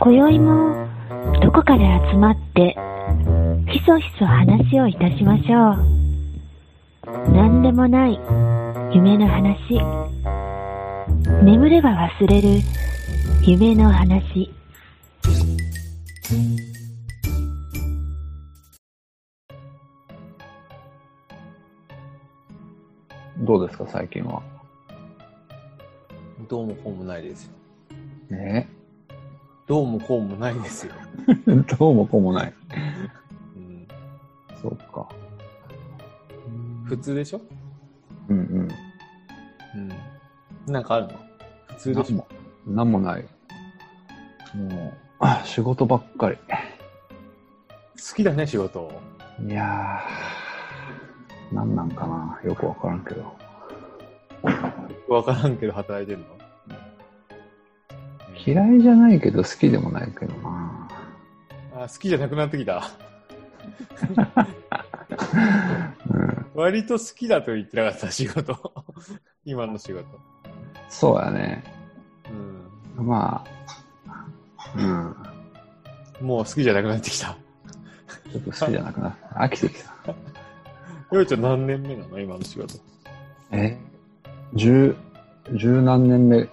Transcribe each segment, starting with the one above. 今宵もどこかで集まってひそひそ話をいたしましょう何でもない夢の話眠れば忘れる夢の話どうですか、最近は。どうもこうもないですよ。ね どうもこうもないですよ。どうもこうもない。うん、そうか。普通でしょ、うんうん。うん、なんかあるの普通で何しょも、何もない。もう、あ仕事ばっかり。好きだね、仕事。いやー、なんなんかな。よくわからんけど。わからんけど働いてるの嫌いじゃないけど、好きでもないけどな。 あ好きじゃなくなってきた。うん。割と好きだと言ってなかった、仕事。 今の仕事。そうやね。うん、まあ、うん。もう好きじゃなくなってきた。ちょっと好きじゃなくなった。飽きてきた。よいちゃん何年目なの今の仕事。え十、十何年目、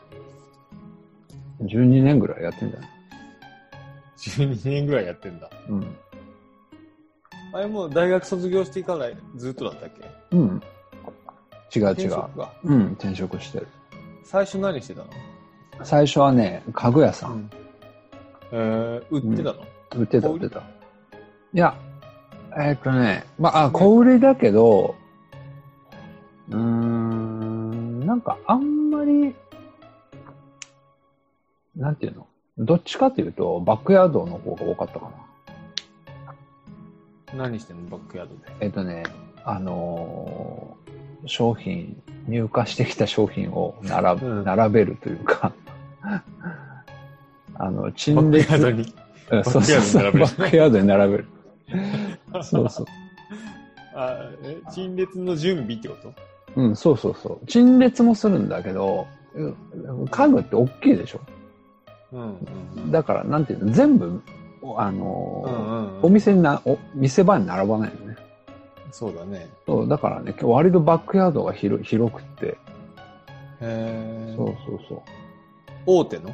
十二年ぐらいやってんじゃない12年ぐらいやってんだ。うん。あれもう大学卒業してからずっとだったっけうん。違う違転う。職かうん、転職してる。最初何してたの最初はね、家具屋さん。えー、売ってたの、売ってた、小売って売た。いや、えーっとね、まあ、あ小売りだけど、うーん、なんかあんまり、なんていうのどっちかというと、バックヤードの方が多かったかな。何してんのバックヤードで。えっとね、あのー商品、入荷してきた商品を並,、うん並べるというか、 あの、バ陳ッ列クヤードに。うんそうそうそうババッックヤードに並べる。そうそう。 あえ陳列の準備ってこと うん、そうそうそう。陳列もするんだけど、うん家具って大きいでしょ。うんうんだから、なんていうの、全部、おあうんうのんーうんお店にな、お店場に並ばないよね。そうだね。そう、だからね、割とバックヤードが広広くって、へそーうそうそう。大手の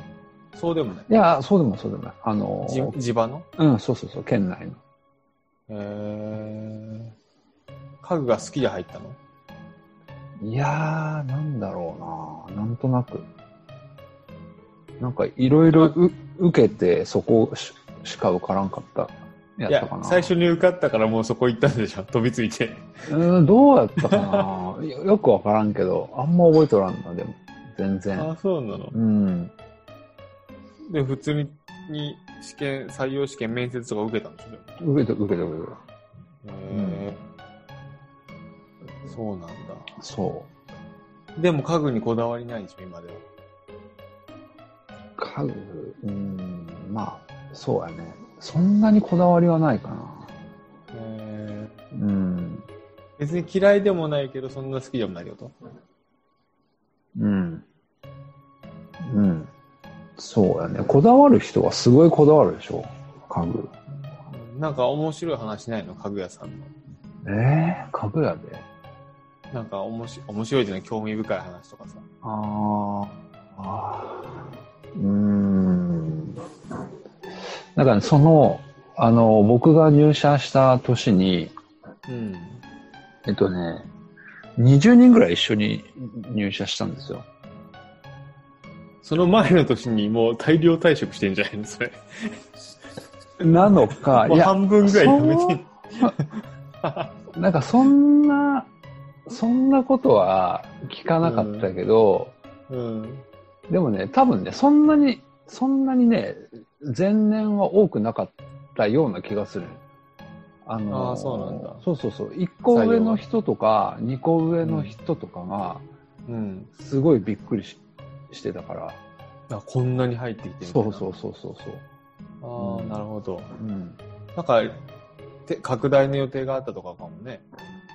そうでもない。いや、そうでもそうでもない。あの地ー地場のうん、そうそうそう、県内の。へー家具が好きで入ったのいやー、なんだろうななんとなく。なんか、いろいろう受けて、そこししか受からんかった。やいったやかな。、最初に受かったからもうそこ行ったんで しょ飛びついて。うん、どうやったかな よよくわからんけど、あんま覚えとらんな、でも。全然。あ、そうなのう。ん。で、普通にに試験、採用試験、面接とか受けたんでしょでも受けた、受けた、受けへーそうなんだ。た。そう。でも家具にこだわりないんでしょ今では。家具、うん、まあ、そうやね。そんなにこだわりはないかな。へーうん。別に嫌いでもないけど、そんな好きでもないってことうん。うん。そうやね。こだわる人はすごいこだわるでしょ家具。なんか面白い話ないの家具屋さんの。ええ家具やで。なんか面白い面白いじゃない興味深い話とかさ。ああ。うーん。だから、その、あの、僕が入社した年に、うん。えっとね、20人ぐらい一緒に入社したんですよ。その前の年にもう大量退職してんじゃないのそれ。 なのか、 もう半分ぐらいやめてん。なんかそんな、そんなことは聞かなかったけど、うん。でもね、多分ね、そんなに、そんなにね、前年は多くなかったような気がする。あのーあーそうなんだそうそうそう。1個上の人とか、2個上の人とかが、うん。すごいびっくりししてたから。あこんなに入ってきてみたそいうな。そううそうそうそう。そう。ああ、なるほど。うん。なんか、て拡大の予定があったとかかもね。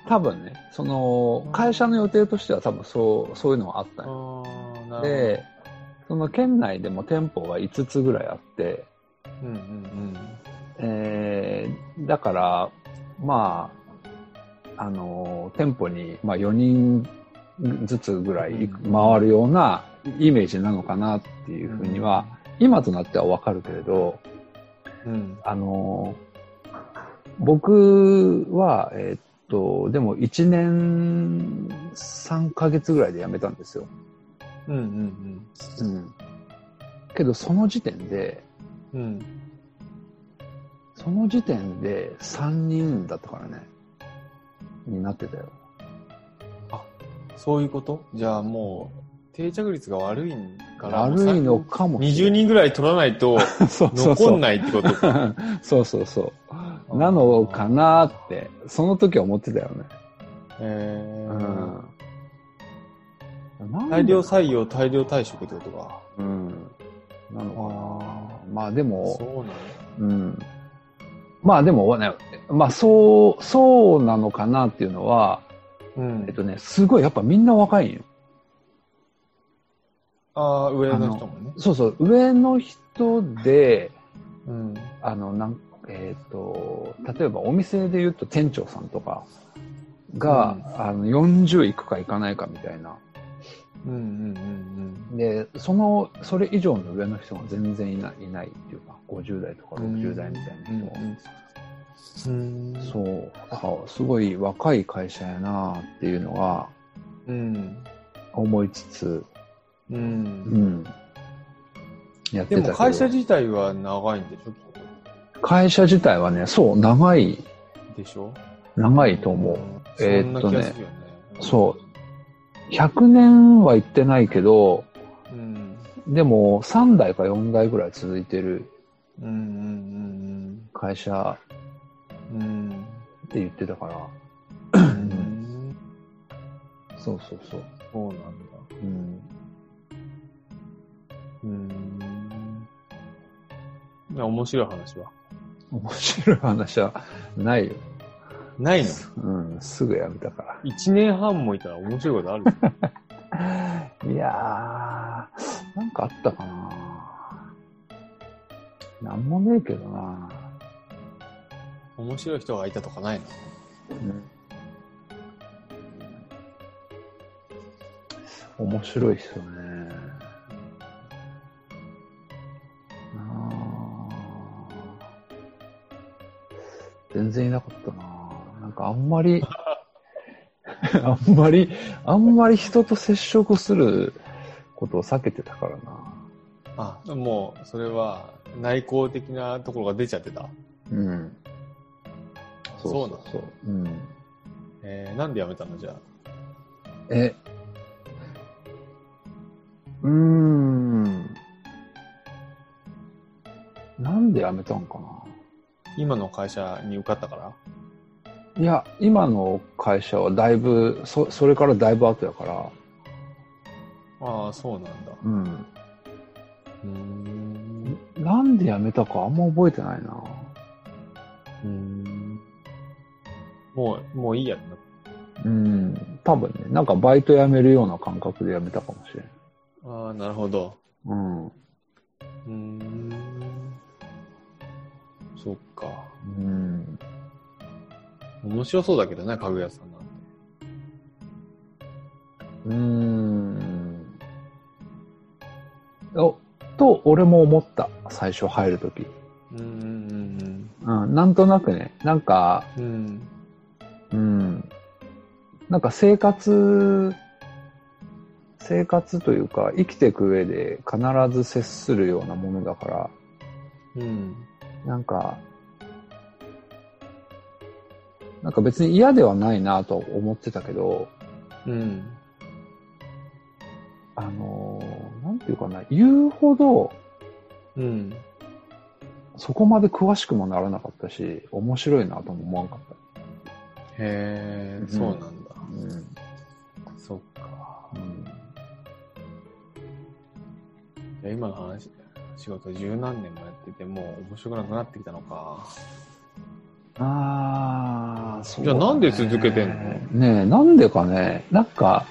多分ね、その、会社の予定としては多分そう、そういうのはあったあんよあ、なるほど。で、その県内でも店舗が5つぐらいあって、うんうんえーだから、まあ、あのー、店舗に、まあ、4人ずつぐらい行くうん回るようなイメージなのかなっていうふうには、今となってはわかるけれど、うん。うん。あのー僕は、えーっと、でも1年3ヶ月ぐらいで辞めたんですよ。うんうんうん。けど、その時点で、うん。うん。その時点で3人だったからね、になってたよ。そういうことじゃあもう、定着率が悪いから。悪いのかも20人ぐらい取らないと そうそうそ残うんないっ てことか。そうそうそう。なのかなって、その時は思ってたよね。えうーん。なんで大量採用、大量退職ってことか。うん。なのあかな。まあでも、そうなのうん。まあでもね、まあそう、そうなのかなっていうのは、うんえっとね、すごいやっぱみんな若いんよ。ああ、上の人もね。そうそう、上の人で、うん。あの、なんえっ、と、例えばお店で言うと店長さんとかが、あの40いくかいかないかみたいな。うんうんうんで、その、それ以上の上の人が全然いないいないっていうか、50代とかうん。 60代みたいな人が。うんうん。うん。そう、だからすごい若い会社やなっていうのがうん。思いつつ、う。うんん。やってたけでども会社自体は長いんでしょきっ会社自体はね、そう、長い、とでしょ長いと思う。ええーっとっとねね。そ100年は行ってないけど、う。うん。でも3代か4代ぐらい続いてるうんうん会社うんうん。って言ってたから。うん。うん。そうそうそう。そうなんだ。うん。うん。いや、面白い話は。面白い話はないよ。ないのうん、すぐやめたか一年半もいたら面白いことある。ら。いやー、なんかあったかななんもねえけどな面白い人がいたとかないのうん。面白いっすよね。なあ全然いなかったななんかあんま り、あんまり、あんまり人と接触することを避けてたからなあ、もう、それは、内向的なところが出ちゃってた。うん。そうそうそう。うん。えー、なんで辞めたのじゃあ。え、うーん。なんで辞めたんか今の会社に受かったからないや、今の会社はだいぶ、そそれからだいぶ後やから、ああ、そうなんだ。うん。うーん。なんで辞めたかあんま覚えてないな。うーん。もう、もういいやってなっうん。多分ね、なんかバイト辞めるような感覚で辞めたかもしれん。た。ああ、なるほど。うん。ううーん。そっか。ん。面白そうだけどね、かぐやさんなんて。うーん。お、と、俺も思った。最初入るとき。うーん。うん、なんとなくね、なんか、うん。ううん。ん、なんか生活、生活というか、生きていく上で必ず接するようなものだから、うん。なんか、なんか別に嫌ではないなと思ってたけど、うん。あのーなんていうかな、言うほどうん。そこまで詳しくもならなかったし、面白いなとも思わんかった。へえ、そうなんだ。うんそっか。うんいや今の話、仕事十何年もやってて、もう面白くなくなってきたのか。ああ、そうじゃあなんで続けてんのねえ、なんでかね、なんか、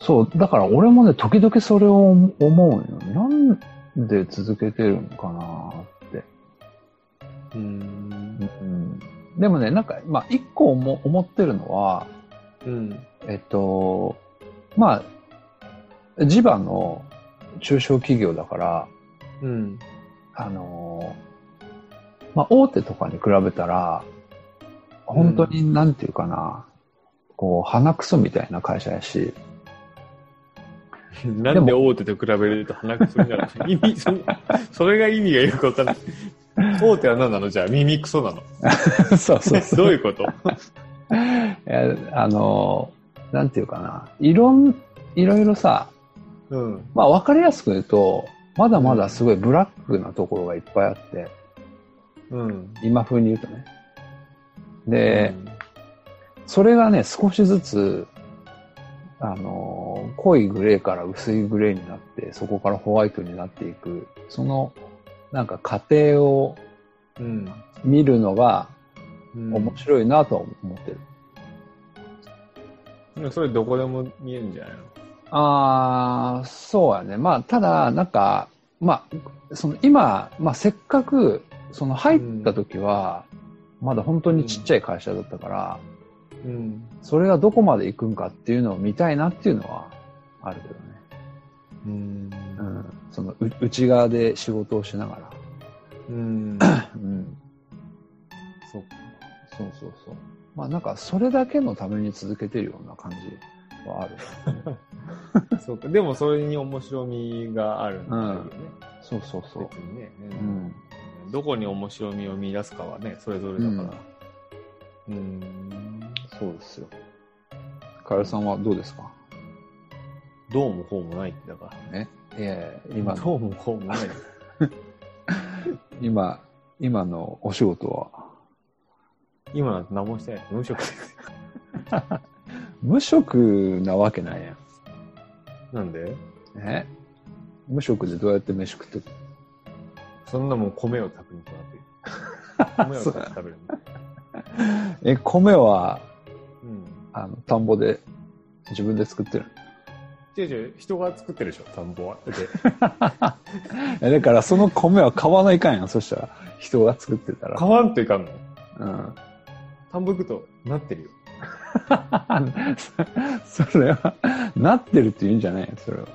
そう、だから俺もね、時々それを思うよ。なん、で続けてるのかなって。うーん。うん、でもね、なんか、まあ、一個思思ってるのは、うん。えっと、まあ、地場の中小企業だから、うん。あのーまあ、大手とかに比べたら、本当になんていうかな、こう、鼻くそみたいな会社やし、なんで大手と比べると鼻くそになる の意味その、それが意味がよくわかんない。大手は何なのじゃあ耳くそなの。 そうそうそう。どういうこと えあのーなんていうかな、いろん、いろいろさ、うん。まあ、わかりやすく言うと、まだまだすごいブラックなところがいっぱいあって、うん。今風に言うとね。で、それがね、少しずつ、あのー濃いグレーから薄いグレーになって、そこからホワイトになっていく、その、なんか過程をうん。見るのがうん。面白いなとは思ってる。でもそれどこでも見えるんじゃないのああ、そうやね。まあ、ただ、なんか、まあ、その今、まあ、せっかく、その入った時は、まだ本当にちっちゃい会社だったから、うん。それがどこまで行くんかっていうのを見たいなっていうのはあるけどね。うん。うん、そのう内側で仕事をしながら。 うん。うん。そうそうそうそう。まあなんかそれだけのために続けてるような感じはある。そうか。でもそれに面白みがあるんだよね。そうそうそう別。にね。ううんん。どこに面白みを見出すかはね、それぞれだから。うん。そうですよ。カエルさんはどうですかどうもこうもないってだから。いやいや今の、どうもこうも ない。今、今のお仕事は。今なんて何もしてない。無職です。無職なわけないやなんでん。ね無職でどうやって飯食ってるそんなもん米を炊くに決 まってる。米を炊いて食べるんだ。え、米は、うん。あの、田んぼで自分で作ってる違う違う、人が作ってるでしょ、田んぼは。だってえだからその米は買わないかんやんそしたら人が作ってたら、買わんといかんのうん、 田んぼ行くとなってるよ。そそれはなってるって言うんじゃないよそれは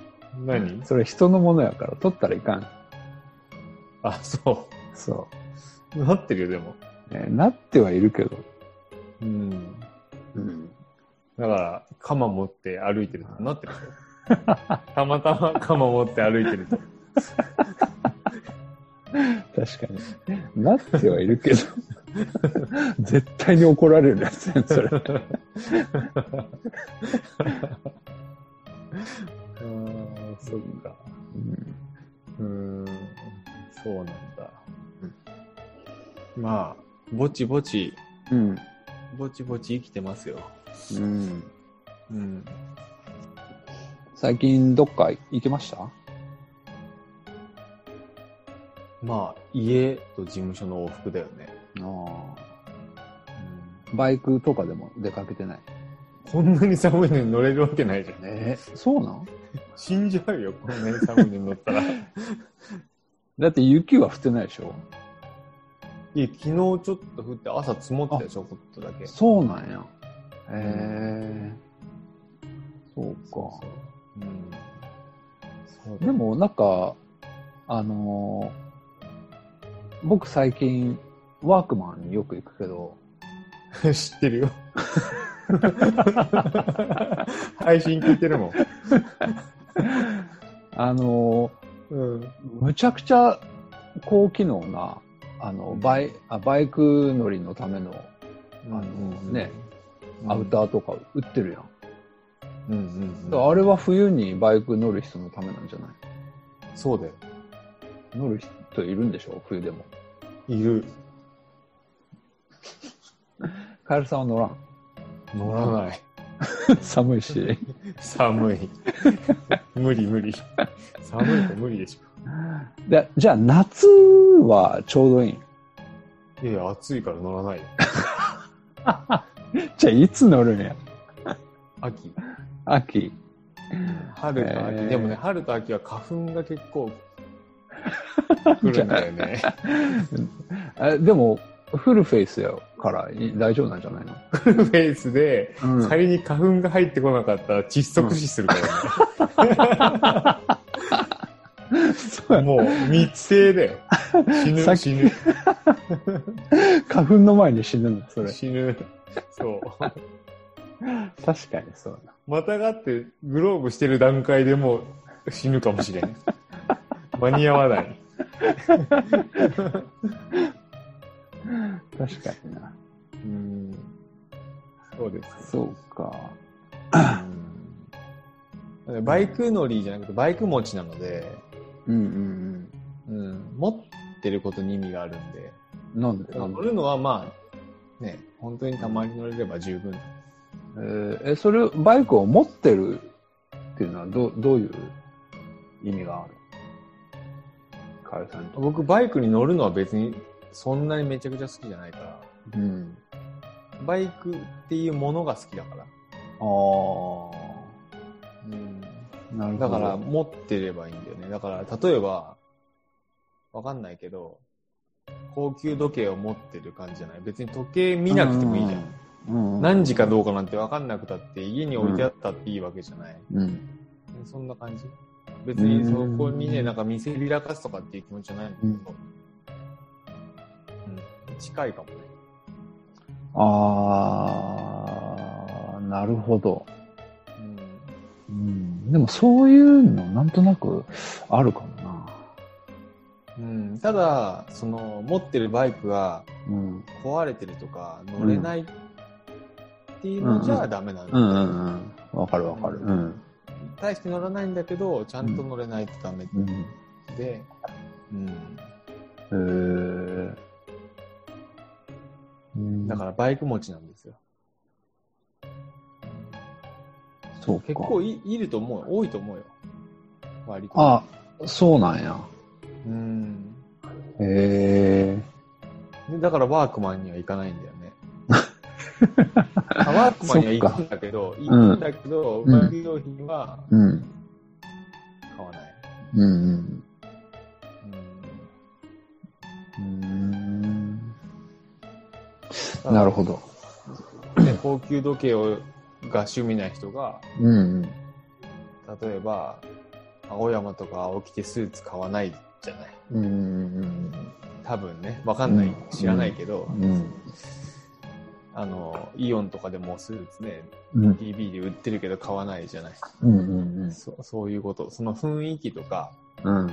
何それは人のものやから取ったらいかんあ、そ。そうなってるよ、でも。う、ねなってはいるけど、うん。うん、だから、鎌持って歩いてるとなってるでしょ。たまたま鎌持って歩いてると。確かになってはいるけど 絶対に怒られるやつやんそれ うん、そっか。うんうーん、そうなんだ。まあ、ぼちぼち、うん、ぼちぼち生きてますよ。うん、うん。最近どっか行きましたまあ、家と事務所の往復だよね。バイクとかでも出かけてないうん、こんなに寒いのに乗れるわけないじゃん。えそうなん死んじゃうよ、こんなに寒いのに乗 ったら。いや、だって雪は降ってないでしょ昨日ちょっと降って朝積もってたよ、ちょこっとだけ。そうなんや。へえ。そうそかう。うん。そうだで、もなんか、あのー僕最近、ワークマンによく行くけど、 知ってるよ。 配信聞いてるもん。あのうん。ーむちゃくちゃ高機能な、あの、バイ、あバイク乗りのためののねアウターとか売ってるやん。うんうんうん、だからあれは冬にバイク乗る人のためなんじゃないそうだよ。乗る人いるんでしょ冬でも。いる。カエルさんは乗らん。乗ら ない。寒いし。寒い。無理無理。寒いと無理でしでじゃあ夏はちょうどいい。ょ。いやいや、暑いから乗らないよ。じゃあいつ乗るんや。秋。秋。春と秋。えー でもね、春と秋は花粉が結構来るんだよね。えでも、フルフェイスやからい大丈夫なんじゃないのフルフェイスで、うん仮に花粉が入ってこなかったら窒息死するからそうやね。もう密生だよ。死さっぬ、き死ぬ、花粉の前に死ぬんだ、それ。死ぬ。そう。確かにそうだまたがってグローブしてる段階でもう死ぬかもしれん。間に合わない。な。確かにな。うん。そうです。そうか。うんバイク乗りじゃなくてバイク持ちなので、うんうんうん、持ってることに意味があるんで、うん。なんでなんで乗るのはまあ、ね、本当にたまに乗れれば十分。えーえ、それ、バイクを持ってるっていうのはど、どういう意味があるカエルさんにとっ僕、バイクに乗るのは別にそんなにめちゃくちゃ好きじゃないから、て。うん。バイクっていうものが好きだかあら。あうん、ー、なるほど。だから、持ってればいいんだよね。だから、例えば、わかんないけど、高級時計を持ってる感じじゃない別に時計見なくてもいいじゃん。うん。うん。何時かどうかなんてわかんなくたって、家に置いてあったっていいわけじゃない。うん。そんな感じ。別にそうんこにね、なんか見せびらかすとかっていう気持ちじゃないんだけど、うん近いかもね。ああ、なるほど。ううんん。でも、そういうの、なんとなく、あるかもな。うん、ただ、その、持ってるバイクがうん。壊れてるとか、乗れないっていうのじゃダメなんだうよんうんうん。わかるわかる。うん。大して乗らないんだけど、ちゃんと乗れないとダメうん。で、うん。えーうん。だからバイク持ちなんですよ。ら、そうか。結構いいると思うよ。多いと思うよ。割と。あ、そうなんや。うん。へえ。でだからワークマンには行かない んだよね。あワークマンには行くんだけど、行くんだけど、うんバイク用品はうん。買わない。うん。うんうん。なるほど。ね高級時計をが趣味な人が、うん。例えば、青山とか青木てスーツ買わないじゃない。うん。うん。多分ね、わかんなういん、知らないけど、うんあの、イオンとかでもスーツね、うん。 DB で売ってるけど買わないじゃない。うん。そそういうこと、その雰囲気とか、うん。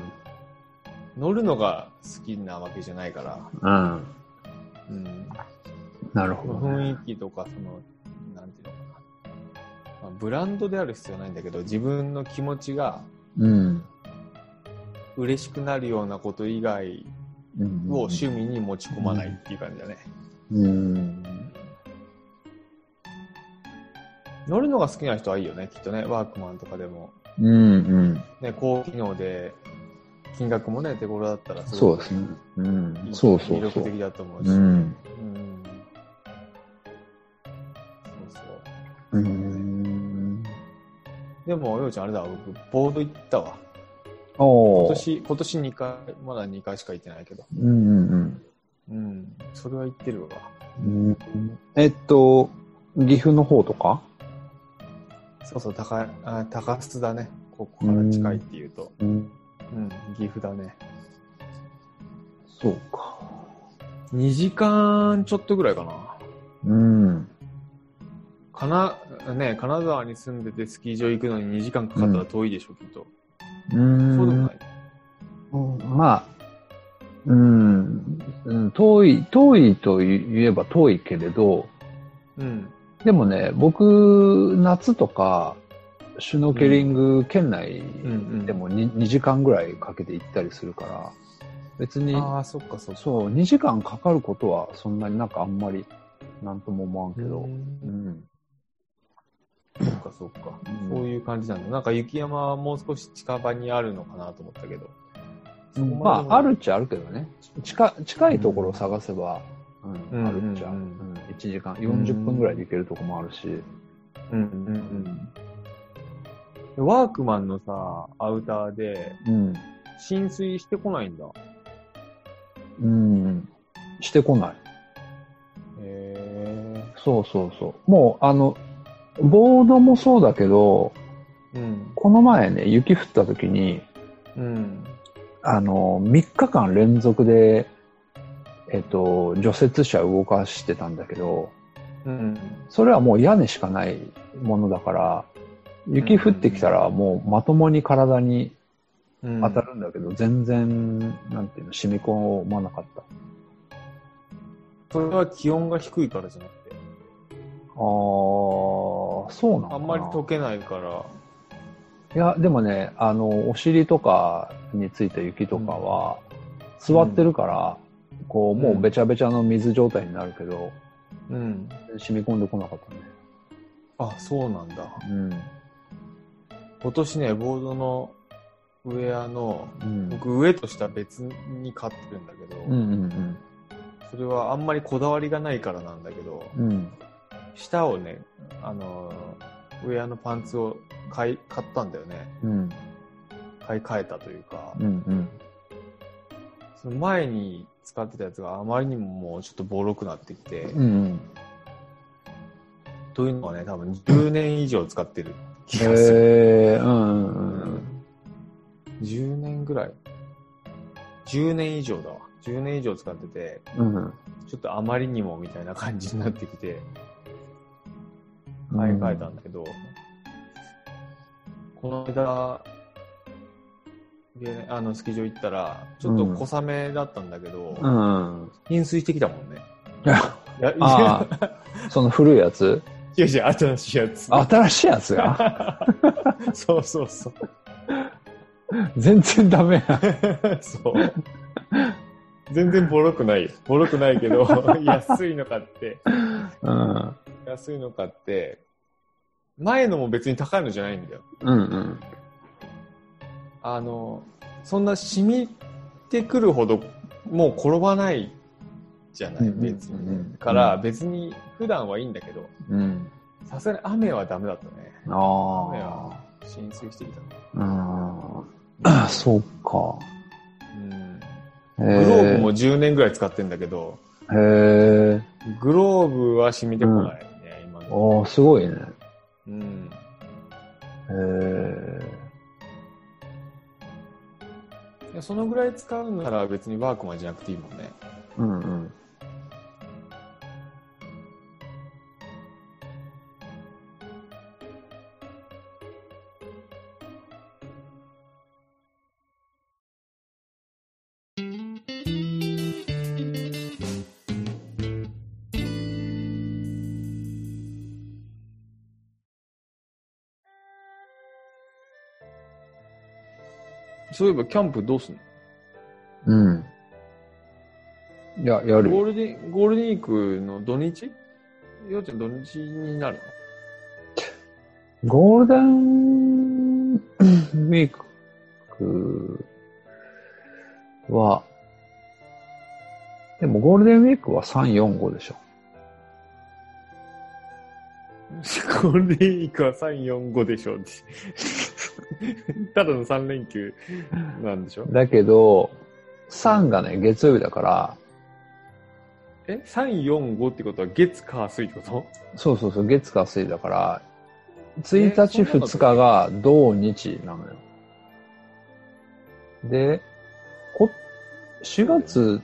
乗るのが好きなわけじゃないから、うん。うん、なるほど。雰囲気とか、その、なんていうのかな、まあブランドである必要はないんだけど、自分の気持ちがうん。嬉しくなるようなこと以外を趣味に持ち込まないっていう感じだね。うん。乗るのが好きな人はいいよね、きっとね。ワークマンとかでも。うん。うん。ね、高機能で、金額もね、手頃だったらそうですすね。うんご。くそうそ魅うそ力う的。だと思うし。ううん。ん。そうそう。うん。でも、ようちゃんあれだ、僕、ボード行ったわ。お今お。年、今年2回、まだ2回しか行ってないけど。うんうんうん。うん。それは行ってるわ。うんえっと、岐阜の方とかそうそう、高い、あ高須だね。ここから近いっていうと。うん、岐阜だね。そうか。 2時間ちょっとぐらいかな。うん。かな、ね、金沢に住んでてスキー場行くのに2時間かかったら遠いでしょ、きっと。うん。そうでもない。まあ、うん、うん遠い、遠いと言えば遠いけれど、うん。でもね、僕、夏とか、シュノーケリング、県内うんうんでも 2, 時間ぐらいかけて行ったりするから、別に、ああ、そっかそっか。そう、2時間かかることはそんなになんかあんまり、なんとも思わんけど、うんん。そっかそっか。うんそういう感じなんだ。なんか雪山はもう少し近場にあるのかなと思ったけど。そこでもまあ、あるっちゃあるけどね。近近いところを探せば、うんうんあるっちゃ、ううんんうん1時間、40分ぐらいで行けるとこもあるし。うんうんうん。ワークマンのさ、アウターで、うん。浸水してこないんだ。うん。してこない。へそうそうそう。もう、あの、ボードもそうだけど、え。うん。この前ね、雪降った時に、うん。あの、3日間連続で、えっと、除雪車動かしてたんだけど、うん。それはもう屋根しかないものだから、雪降ってきたらもうまともに体にうん当たるんだけど、全然、なんていうの、染み込まなかった。それは気温が低いからじゃなくて、あー、そうなのかなあんまり溶けないから、いや、でもね、あの、お尻とかについた雪とかは、座ってるから、こう、もうべちゃべちゃの水状態になるけど、うん。染み込んでこなかったね。あ、そうなんだ。うん。今年ね、ボードのウェアの、うん。僕、上と下別に買ってるんだけど、うんうんそれはあんまりこだわりがないからなんだけど、うん。うん。下をね、あのー、ウェアのパンツを買い、買ったんだよね。うん。買い替えたというか、うんうん。その前に使ってたやつがあまりにももうちょっとボロくなってきて、うんうん。というのはね、多分10年以上使ってる気がする。へーうんうんうん。 10年ぐらい ?10 年以上だわ。10年以上使ってて、うん。ちょっとあまりにもみたいな感じになってきて、買い替えたんだけど、この間、であの、スキー場行ったら、ちょっと小雨だったんだけど、うん。うん。浸水してきたもんね。いや、いあ や、その古いやついやいや、新しいやつ。新しいやつが そうそうそう。全然ダメや。 そう。全然ボロくないよ。ボロくない けど、安いの買って、うん。安いの買って、前のも別に高いのじゃないんだよ。うんうん。あの、そんな染みてくるほど、もう転ばないじゃなうい、んうんうん別にね。から、別に普段はいいんだけど、うん。さすがに雨はダメだったね。雨あは浸水してきたね。あ。うん。そうか。うん。ググローブも10年ぐらい使ってんだけど、へえ。グローブは染みてこないね、今の。ああ、すごいね。へうん。え。いやそのぐらい使うなら別にワークマンじゃなくていいもんね。うんうん。そういえばキャンプどうすんうん。いや、やのるゴーよ。ルデン、ゴールデンウィークの土日ようちゃん土日になるゴールデンウィークは、でもゴールデンウィークは3、4、5でしょ。の ゴールデンウィークは3、4、5でしょう ただの3連休なんでしょだけど、3がね、月曜日だから、え ?3、4、5ってことは月、火、水ってことそうそうそう、月火水だから、え1日そんなの2日が同日なのよ。で、こ、4月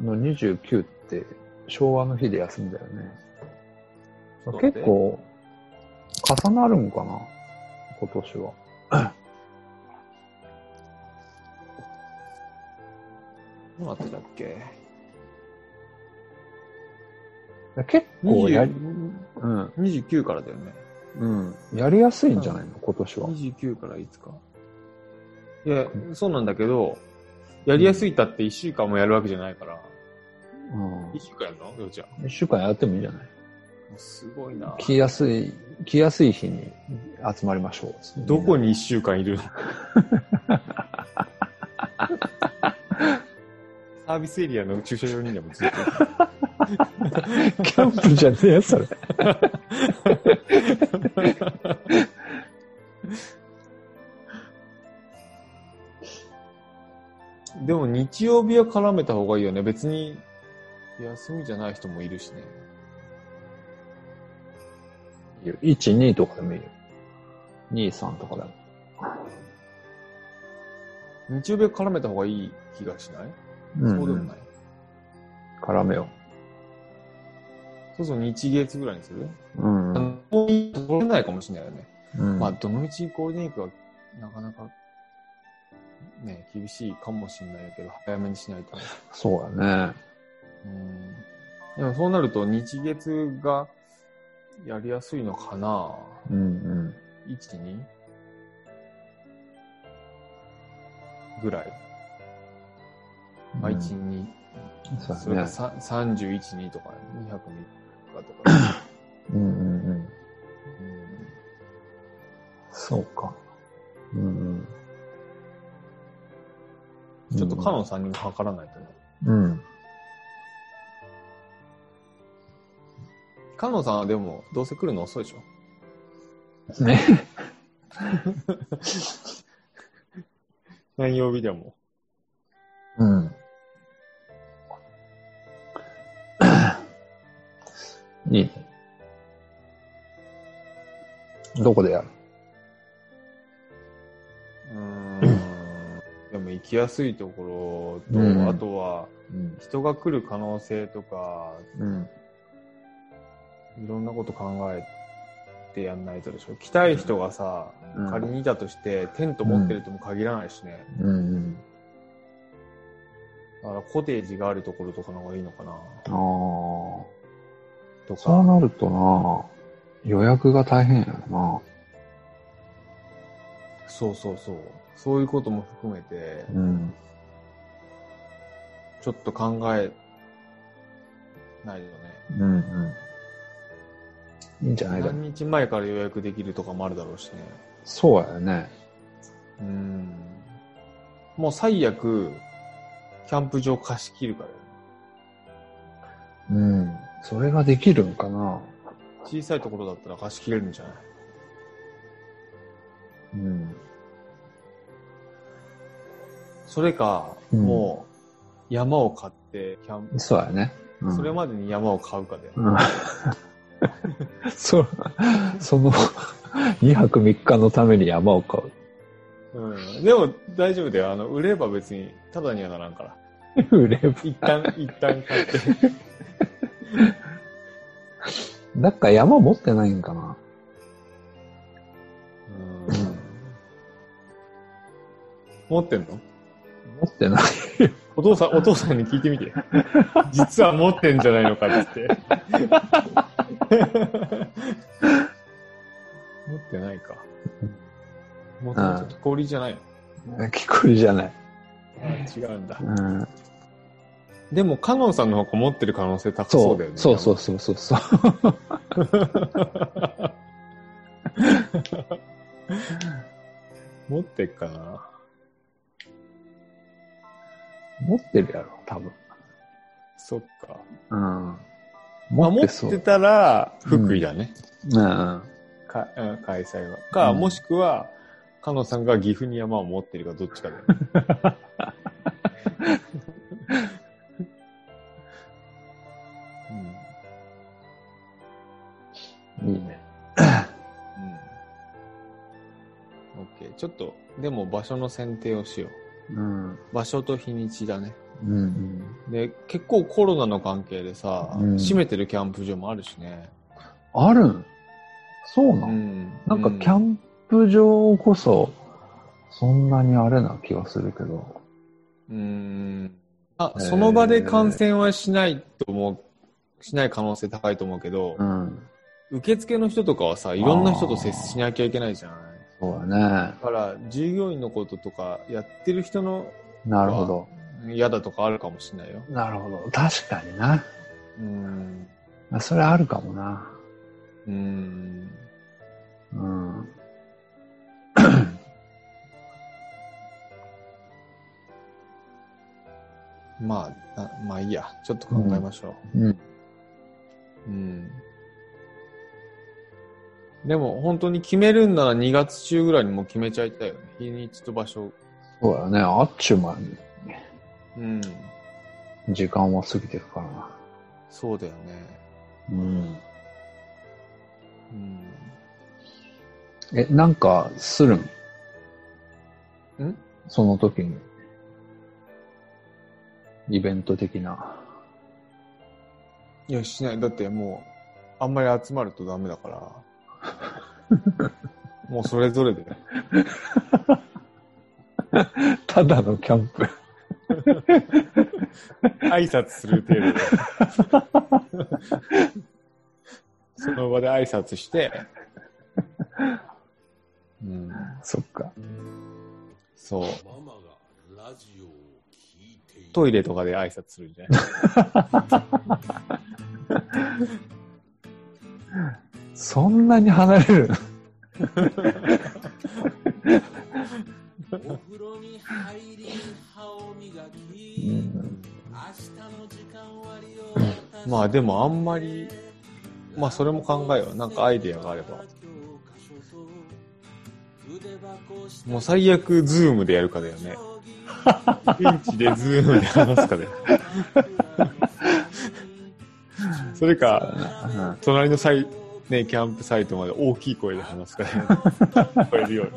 の29って昭和の日で休みだよね。結。構、重なるんかな今年は。どうなってたっけ結構やり、 20うん、 ?29 からだよね。うん、やりやすいんじゃないの今年は。 29からいつか。いや、そうなんだけど、やりやすいったって1週間もやるわけじゃないから。うん1。週間やるのようちゃん。 1週間やってもいいんじゃないすごいな。来やすい、来やすい日に集まりましょう。どこに1週間い るのサービスエリアの駐車場にでもずっと。 キャンプじゃねえよ、それ。でも日曜日は絡めた方がいいよね。別に休みじゃない人もいるしね。いいよ1、2とかでもいいよ。2、3とかでも。日曜日は絡めた方がいい気がしない、そうでもない。絡めよそうそう、日月ぐらいにする、う。うんあの取れないかもしれないよね。うんまあ、どのみちゴールデンウィークはなかなか、ね、厳しいかもしれないけど、早めにしないとね。そうだね。うん。でもそうなると、日月がやりやすいのかなうん1、2? ぐらい。うん。まあ、1、うん2。そうそれだかね。さ31、2とか、2 0 3と かうんうんうん。とか。うんそうか。うんうん。ちょっとカノンさんにも測らないとね。うん。カノンさんはでも、どうせ来るの遅いでしょね。 何曜日でも。うん。いいね。どこでやるうーん。でも行きやすいところと、うんあとはうん。人が来る可能性とか、うん。いろんなこと考えてやんないとでしょ。来たい人がさ、うん仮にいたとして、テント持ってるとも限らないしね。うんだからコテージがあるところとかの方がいいのかな。うん。ああ。とか。そうなるとな、予約が大変やろそうそうそう。そういうことも含めて、な。うん。ちょっと考えないよね。うんうん。いいんじゃないだ何日前から予約できるとかもあるだろうしね。そうやよね。うん。もう最悪、キャンプ場貸し切るからよ。うん。それができるんかな。小さいところだったら貸し切れるんじゃないうん。それか、うんもう山を買って、キャンプ、そうやね。うんそれまでに山を買うかで。うん そ、その、2泊3日のために山を買うん。でも大丈夫だよ。あの、売れば別に、ただにはならんから。う。売れば一 旦、一旦買って。なんか山持ってないんかな。うん。持ってんの持ってない。 お父さん、お父さんに聞いてみて。実は持ってんじゃないのかっつって。 持ってないか。持ってないちょっと氷じゃないの、木こりじゃない。あ違うんだ。うん。でも、カノンさんの方が持ってる可能性高そうだよね。そうそうそうそうそう。持ってっかな。持ってるやろ、多分。そっか。うん。まあ持っ持てっそう。てたら、福井だね。うん。かうん開催は。か、うんもしくは、カノンさんが岐阜に山を持ってるかどっちかだよね。 うんいいね。うん。OK。ちょっと、でも場所の選定をしようん。う。場所と日にちだね。うん。で、結構コロナの関係でさ、うん閉めてるキャンプ場もあるしね。あるんそうなの、ん。なんかキンャンプ場こそ、そんなにあれな気がするけど。うん。あへ、ーその場で感染はしないと思う、しない可能性高いと思うけど、うん。受付の人とかはさ、いろんな人と接しなきゃいけないじゃない。そうだねだ。から、従業員のこととか、やってる人のなるほど。嫌だとかあるかもしれないよ。なるほど。確かにな。うん。あそれあるかもな。うん。うん。まあ、なまあいいや。ちょっと考えましょうん。う。うん。でも、本当に決めるんなら2月中ぐらいにもう決めちゃいたいよね。日にちと場所。そうだね。あっちゅう前に。うん。時間は過ぎていくからな。そうだよね。うん。うん。え、なんかするんんその時に。イベント的な。いや、しない。だってもう、あんまり集まるとダメだから。 もうそれぞれで。 ただのキャンプ。挨拶する程度で。その場で挨拶して、うん、 そっか。そう。ママがラジオを聞いているトイレとかで挨拶するんじゃないそんなに離れるお風呂に入り歯を磨き、明日の時間割を渡しまあでもあんまり、まあそれも考えよう。なんかアイディアがあれば。もう最悪ズームでやるかだよね。ベンチでズームで話すかだよ。それか、うん隣のサイ、ね、キャンプサイトまで大きい声で話すかだよね。聞こえるように。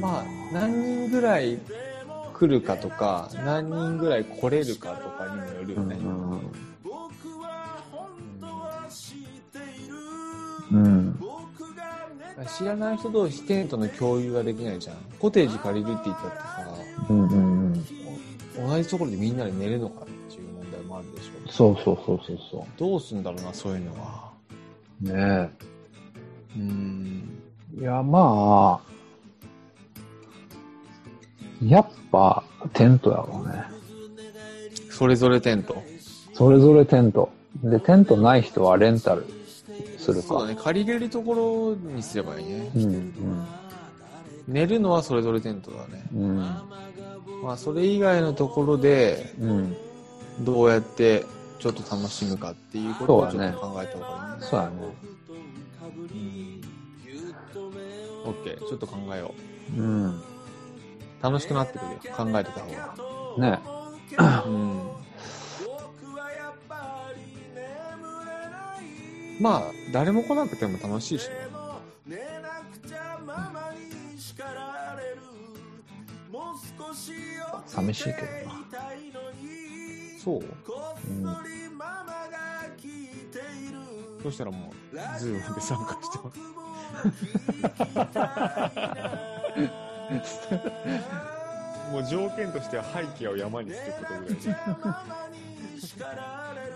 まあ、何人ぐらい来るかとか、何人ぐらい来れるかとかにもよるよね。うん。知らない人同士テントの共有ができないじゃん。コテージ借りるって言ったってさ、うんうんうん。同じところでみんなで寝るのかっていう問題もあるでしょ。そうそうそうそうそどうすんだろうな、そういうのは。う。ねうーん。え。いや、まあ、やっぱテントやろうね。それぞれテント。それぞれテント。で、テントない人はレンタルするか。そうだね、借りれるところにすればいいね。うん寝るのはそれぞれテントだね。うん。うん。まあ、それ以外のところで、うん。どうやってちょっと楽しむかっていうことをそちうょだっねと考えた方がいいね。そうやね。オッケー、ちょっと考えようん。う。楽しくなってくるよ。考えてた方が。ねうん。まあ、誰も来なくても楽しいしね。寂しいけどな。そう。うんそしたらもう、 ズームで参加してます。もう条件としては背景を山にすることぐらい。